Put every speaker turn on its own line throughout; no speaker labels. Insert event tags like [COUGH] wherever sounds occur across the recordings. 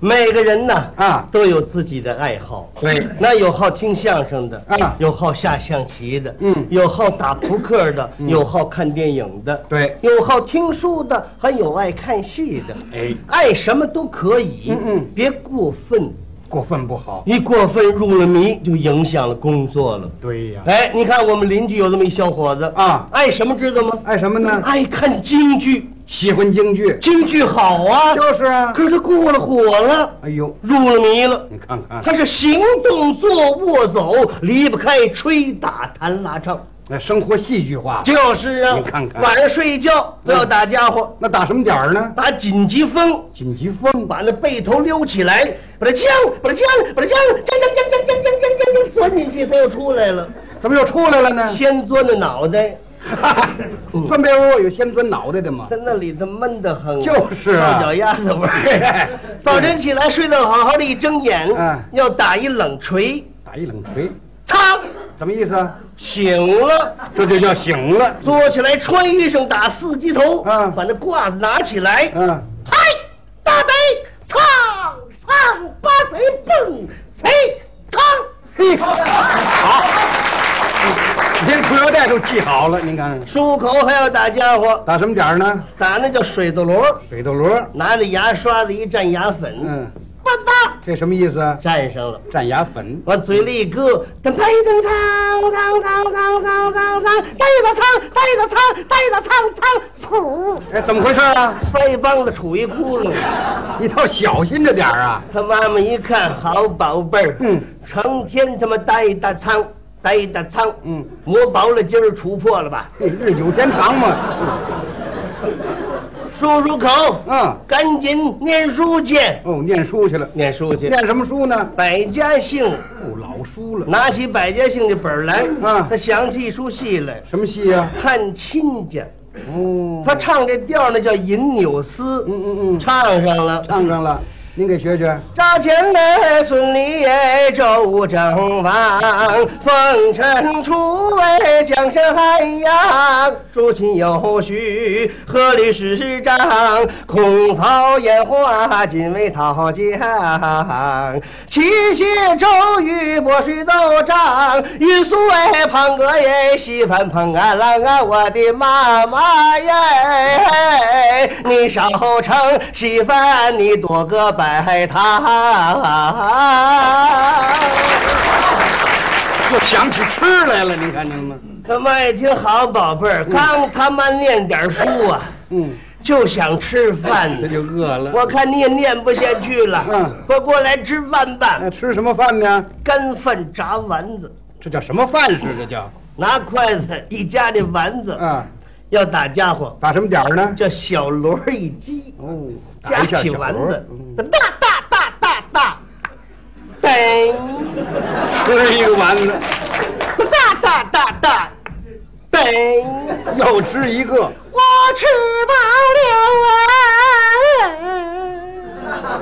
每个人呢
啊
都有自己的爱好。
对
那有好听相声的
啊
有好下象棋的，
嗯
有好打扑克的，有好看电影的，
对
有好听书的，还有爱看戏的。
哎
爱什么都可以，
嗯嗯
别过分，
过分不好。
一过分入了迷就影响了工作了。
对呀
哎，你看我们邻居有这么一小伙子
啊
爱什么知道吗？
爱什么呢
爱看京剧，
喜欢京剧，
京剧好啊。
就是啊
可是他过了火了，
哎呦，
入了迷了。
你看看
他是行动、坐、卧、走，离不开吹、打、弹、拉、唱。
那生活戏剧化。
就是啊，
你看看
晚上睡觉不要打家伙，
那打什么点儿呢？
打紧急风。
紧急风吧。
把那背头溜起来，把它将，把它将，把它将，将将将将将将将将将钻进去，它又出来
[LAUGHS]
了。
怎么又出来
[LAUGHS]
了呢？
先钻的脑袋，
钻被窝有先钻脑袋的吗
在？那里头闷得很，
就是啊
照脚丫子玩儿。早晨起来睡得好好的，一睁眼，
嗯
要打一冷锤，
打一冷锤，
他
什么意思啊？
醒了。
这就叫醒了。
坐起来穿衣裳打四级头，
嗯
把那褂子拿起来，
嗯
嗨，大贼唱唱把谁蹦谁唱，
嘿，好，连裤腰带都系好了。您看
漱口还要打家伙，
打什么点儿呢？
打那叫水斗罗，
水斗罗。
拿着牙刷子一蘸牙粉，
嗯，
吧嗒
这什么意思啊？
蘸上了。
蘸牙粉。
往嘴里一搁，噔拍噔苍苍苍苍苍苍苍，带一个苍，带一个苍，带一个苍苍，噗，
哎，怎么回事啊？
腮帮子杵一窟窿。
你倒小心着点儿啊！
他妈妈一看，好宝贝儿，
嗯，
成天他妈呆一大仓，呆一大仓，
嗯，
磨薄了今儿杵破了吧，
嘿日久天长嘛。
漱漱口，
嗯
赶紧念书去，
哦，念书去了。
念书去，
念什么书呢？
百家姓，
哦，老书了。
拿起百家姓的本儿来，
啊
他想起一出戏来，
什么戏呀、
看亲家，
哦，
他唱这调儿呢叫银纽丝，
嗯嗯嗯
唱上了。
唱上了，您给学学。
赵钱来，孙立业，周郑王，风尘出位，江山汉阳，朱秦有序，何律师长，孔曹演化，锦为桃江，齐谢周瑜，博水斗张，云苏为庞哥耶，西番蓬安郎啊，我的妈妈耶，你少盛稀饭，你多个摆摊。
又想起吃来了，您看见了吗？
他妈一听，好宝贝儿，刚他妈念点书啊，
嗯，
就想吃饭
这
呢。
就饿了。
我看你也念不下去了，
嗯
快过来吃饭吧
那，哎吃什么饭呢？
干饭炸丸子，
这叫什么饭是？这叫
拿筷子一夹这丸子，
啊，
要打家伙，
打什么点儿呢？
叫小螺儿一击，
哦，打
夹
一下
起
小
丸
螺
子
嗯，
大大大大大，噔，
吃一个丸子，
大大大大，噔，
又吃一个，
我吃饱了啊，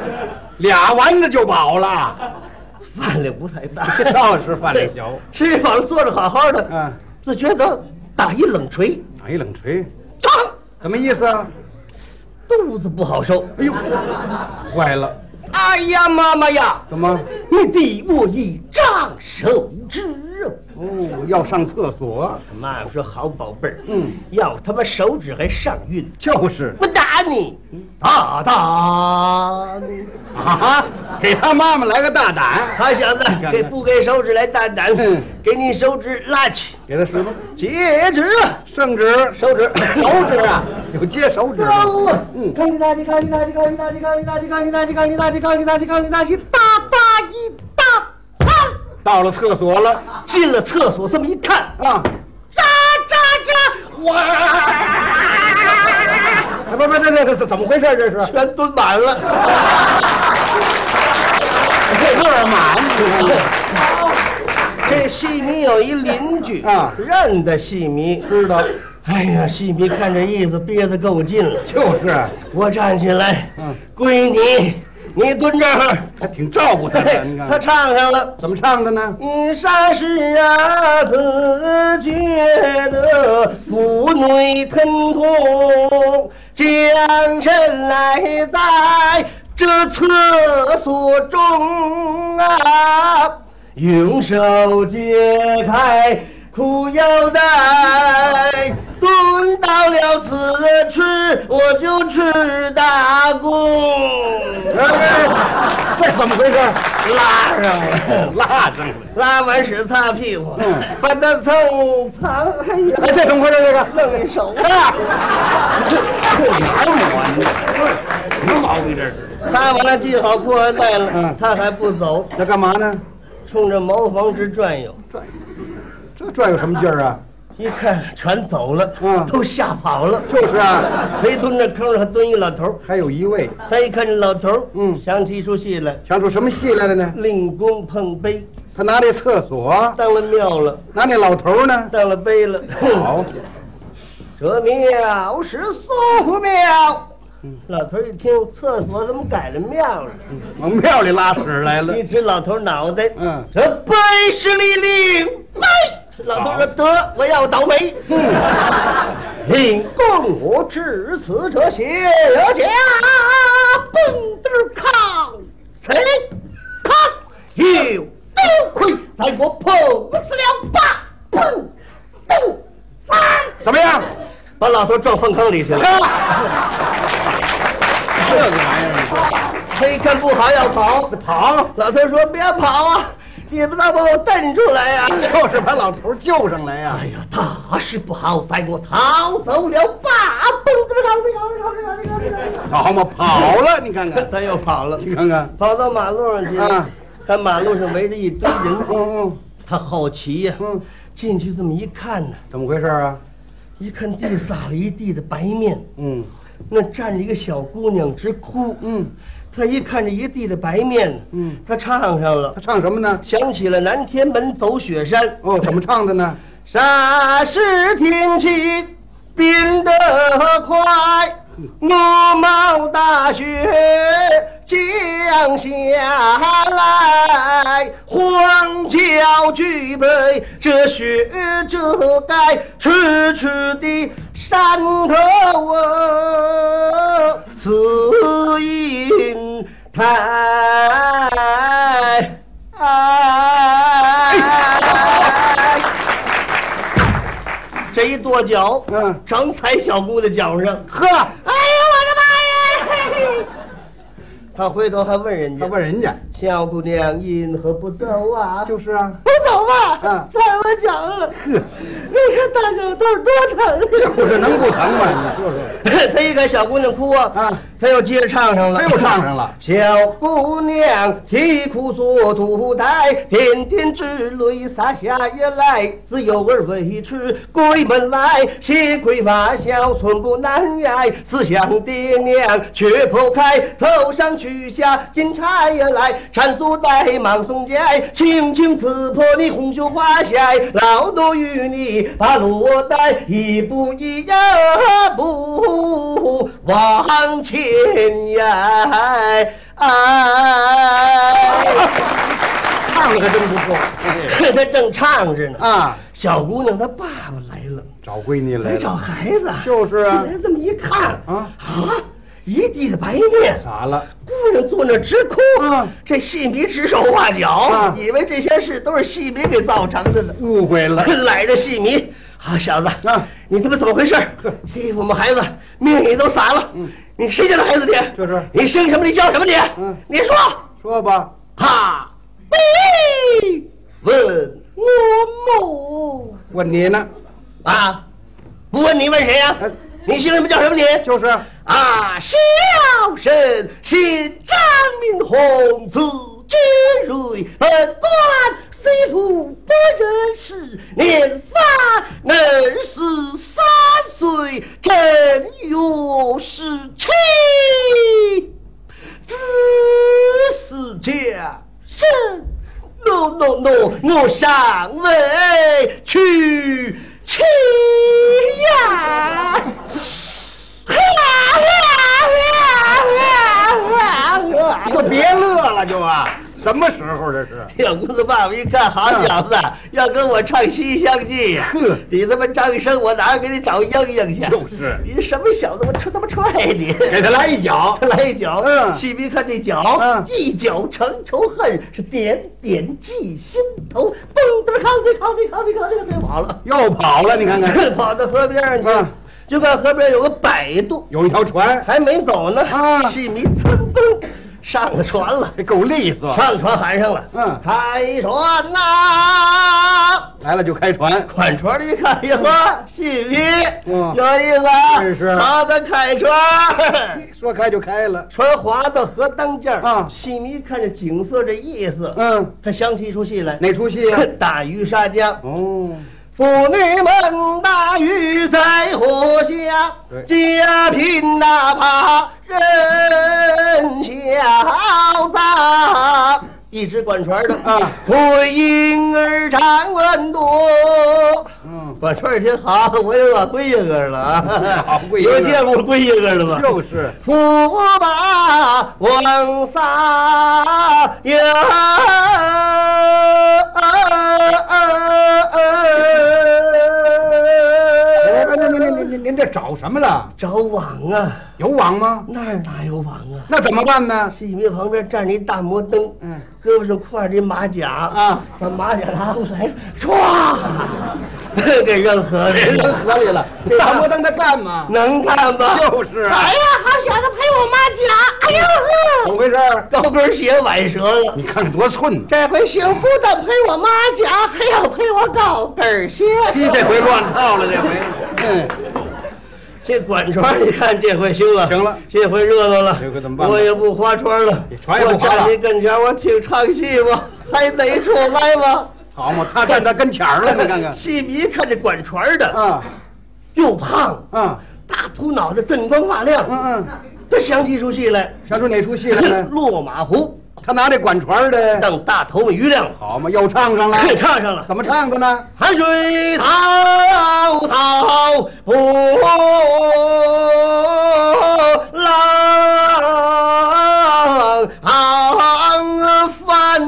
俩丸子就饱了。
饭量不太大，
倒是饭量小，
吃饱了坐着好好的，
嗯，
自觉得打一冷锤，
打哎一冷锤，
当，
什么意思啊？
肚子不好受。
哎呦， [LAUGHS] 坏了，
哎呀，妈妈呀，
怎么？
你递我一丈手指啊！
哦，要上厕所，
妈妈说：“好宝贝儿，
嗯，
要他妈手指还上韵，
就是
我打你，打打你。
啊，给他妈妈来个大胆，
好小子
看，看
给不给手指来大胆
嗯，
给你手指拉起，
给他什么？
截指啊，
圣旨，
手
[COUGHS]
指，
手指啊，有接手指的。
走啊！
嗯
钢琴大吉，钢琴大吉，钢琴大吉，钢琴大吉，钢琴大吉，钢琴大吉，钢琴大吉，钢琴大吉，大大一大啪，
到了厕所了
进了厕所，这么一看，
啊！
喳喳喳，哇！
哎，不不，这这这是怎么回事？这是
全蹲满了。
这个儿满，你看看
这戏迷有一邻居
啊
认得戏迷，
知道
哎呀，戏迷看这意思憋得够劲了。
就是，
我站起来，
嗯
归你，你蹲这儿。
还挺照顾他的。你
[LAUGHS]
看
他
看
唱上了。
怎么唱的呢？
因啥事啊？自觉得腹内疼痛，将身来在这这厕所中啊，用手解开裤腰带，蹲到了此处我就吃大功。
哎这怎么回事？
[LAUGHS] 拉上了，
拉上了。
拉完屎擦屁股，
嗯
把它蹭擦，哎呀，
哎，这怎么回事？这个
弄一手
啊，这这哪儿抹啊？你这什么毛病这是？
拉完了系好裤腰带了
嗯，
他还不走，
那干嘛呢？
冲着茅房直转悠，
这转有什么劲儿啊？
一看全走了，
嗯
都吓跑了，
就是啊，
没蹲在坑上蹲一老头儿，
还有一位
他一看这老头儿，
嗯
想起一出戏来，
想出什么戏来了呢？
令公碰杯，
他拿那厕所，
当了庙了，
拿那老头儿呢？
当了杯了，
好，
这庙是苏庙。
嗯
老头一听，厕所怎么改了庙了？
往庙里拉屎来了
一。指老头脑袋，
嗯
这背是李令杯。老头说：“得，我要倒霉。令公我至此者谢家，蹦字儿抗，谁抗？有都亏，在我碰死了吧，蹦蹦翻，
怎么样？ [LAUGHS]
把老头撞粪坑里去了。”
这个玩意儿，
他一看不好要跑，
跑
老头说：“别跑啊，你们倒把我蹬出来啊呀、
就是把老头儿救上来呀、
哎呀，大事不好，在我逃走了吧！蹦着着
好嘛，跑了，你看看，
他又跑了，
你看看，
跑到马路上去
啊
了。看马路上围着一堆人，
嗯嗯，
他好奇呀、
嗯
进去这么一看呢、
怎么回事啊？
一看地撒了一地的白面，
嗯，
那站着一个小姑娘直哭。
嗯，
他一看这一地的白面，
嗯，
他唱上了
他，唱什么呢？
想起了南天门走雪山。
哦，怎么唱的呢？
霎时天气变得快，鹅毛大雪降下啊来，荒郊俱备，这雪遮盖啊痴痴的山头啊，死阴台。啊这一跺脚，
嗯
正踩小姑的脚上，
呵，
哎呀，我的妈呀！他回头还问人
他
家
问人家，：“
小姑娘，因何不走啊？”
就是啊，
不走吧
嗯，
踩我脚上了。呵，你看大脚豆 [LAUGHS] 多
这
疼
不是能不疼吗？你说
啊！
说，
[LAUGHS] 他一看小姑娘哭啊，
啊
他又接着唱上了，
他又唱上了。
[LAUGHS] 小姑娘啼哭做土台，点点之泪洒下夜来。自幼儿为痴闺门外，幸亏发小寸步难挨。思想爹娘却剖开，头上取下金钗呀来，缠足带忙送家，轻轻刺破你红袖花下，老奴与你把罗带，一步一呀步往前呀。哎，
唱的可真不错。
他正唱着呢，
啊，
小姑娘她爸爸来了，
找闺女来
来找
了，
孩子，
就是啊
进来这么一看，
啊
啊，一地的白面，
傻了，
姑娘坐那儿直哭，
啊
这戏迷指手画脚，
啊
以为这些事都是戏迷给造成的呢。
误会了。
来的戏迷，啊，小子，
啊
你他妈怎么回事？欺负我们孩子，命也都散了。你谁家的孩子你？
嗯就是
你姓什么？你叫什么你？
嗯
你说，
说吧，
哈，喂，问我母
问你呢，
啊？不问你问谁呀、
呃
你姓什么叫什么你？
就是
啊，小生姓张名红，字君瑞，本官虽不不认识，年方二十三岁，正月十七，子是家生。No no no，我尚未娶妻呀。
你就别乐了，就啊，什么时候这是？
[LAUGHS] 小姑子爸爸一看，好小子，要跟我唱《西厢记》
哼，
你他妈张一生，我哪儿给你找硬硬去？啊
就是
你什么小子，我踹他妈踹你！
给他来一脚，
[LAUGHS] 来一脚，
嗯
细逼看这脚，
嗯
一脚成仇恨，是点点记心头，蹦噔儿康的康的康的康的康的跑了，
又跑了。你看看，
[LAUGHS] 跑到河边上去
嗯，
就看河边有个摆渡，
[LAUGHS] 有一条船，
还没走呢，
啊
细迷噌嘣上了船了，
这够利索。
上船喊上了，
哦嗯
开船呐、
来了就开船，
款船一看，一呵，细皮，
嗯
有意思啊！
是是
好的，凯船，
说开就开了。
船划到河当间儿
啊
戏迷看着景色这意思，
嗯，
他想起一出戏来，
哪出戏呀、啊
[LAUGHS] 打渔杀将。
[LAUGHS] 哦，
妇女们打鱼在河下
对，
家贫哪怕人小杂。一只管船的
啊
婚姻儿长问多。
嗯，
管船儿挺好，我也把闺女儿了啊，
好闺女儿
有见过闺女儿了吗？
就是啊
驸马王撒呀！
哎您您您您您这找什么了？
找网啊，
有网吗？
那儿哪有网啊？
那怎么办呢？
戏迷旁边站着一大摩登，
嗯，
胳膊上挎着一马甲
啊，
把马甲拿过来，歘，给扔河里
扔 [LAUGHS]
了。
河里了，大摩登他干嘛？
能看吧？
就是啊
哎呀，好小子，陪我妈甲！哎呦呵，
怎么回事儿？
高跟鞋崴折了。
你看看多寸呢！
这回行，不但陪我妈夹，还要陪我高跟鞋。
嘿，这回乱套了，这回。嗯，
这管船，你看这回行了，
行了
这回热闹了。
这回怎么办吧
我也不划船了，
船也不划了
我站你跟前，我听唱戏吧，还哪处来吧？
好嘛，他站他跟前儿了，你 [LAUGHS] 看
[LAUGHS]
看。
戏迷看这管船的，
啊
又胖，
啊，
大秃脑袋，锃光发亮。
嗯嗯，
他想起一出戏来，
想出哪出戏来呢？
[LAUGHS] 落马湖
他拿这管船儿的，
当大头目于亮，
好嘛，又唱上了。
嘿 [LAUGHS] 唱上了。
怎么唱的呢？
寒水滔滔不浪翻，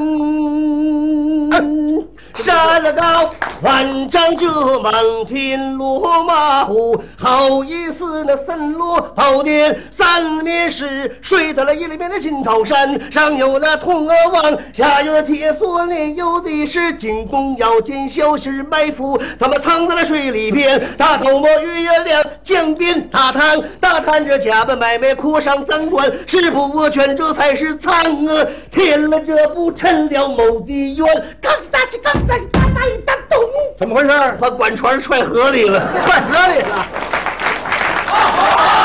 山了高，万丈这满天罗马虎，好一似那森罗宝殿，三面是睡在了一里面的金头山，上有那铜鹅王，下有那铁锁链，有的是金弓腰间小心埋伏，他们藏在了水里边。大头摸鱼也亮，江边大滩，大滩这假扮买卖，哭上赃官，是不我全这才是藏啊！添了这不趁了某地冤，刚起大起，刚起大起，大大一大咚，
怎么回事儿？
把管船踹河里了。
踹河里了。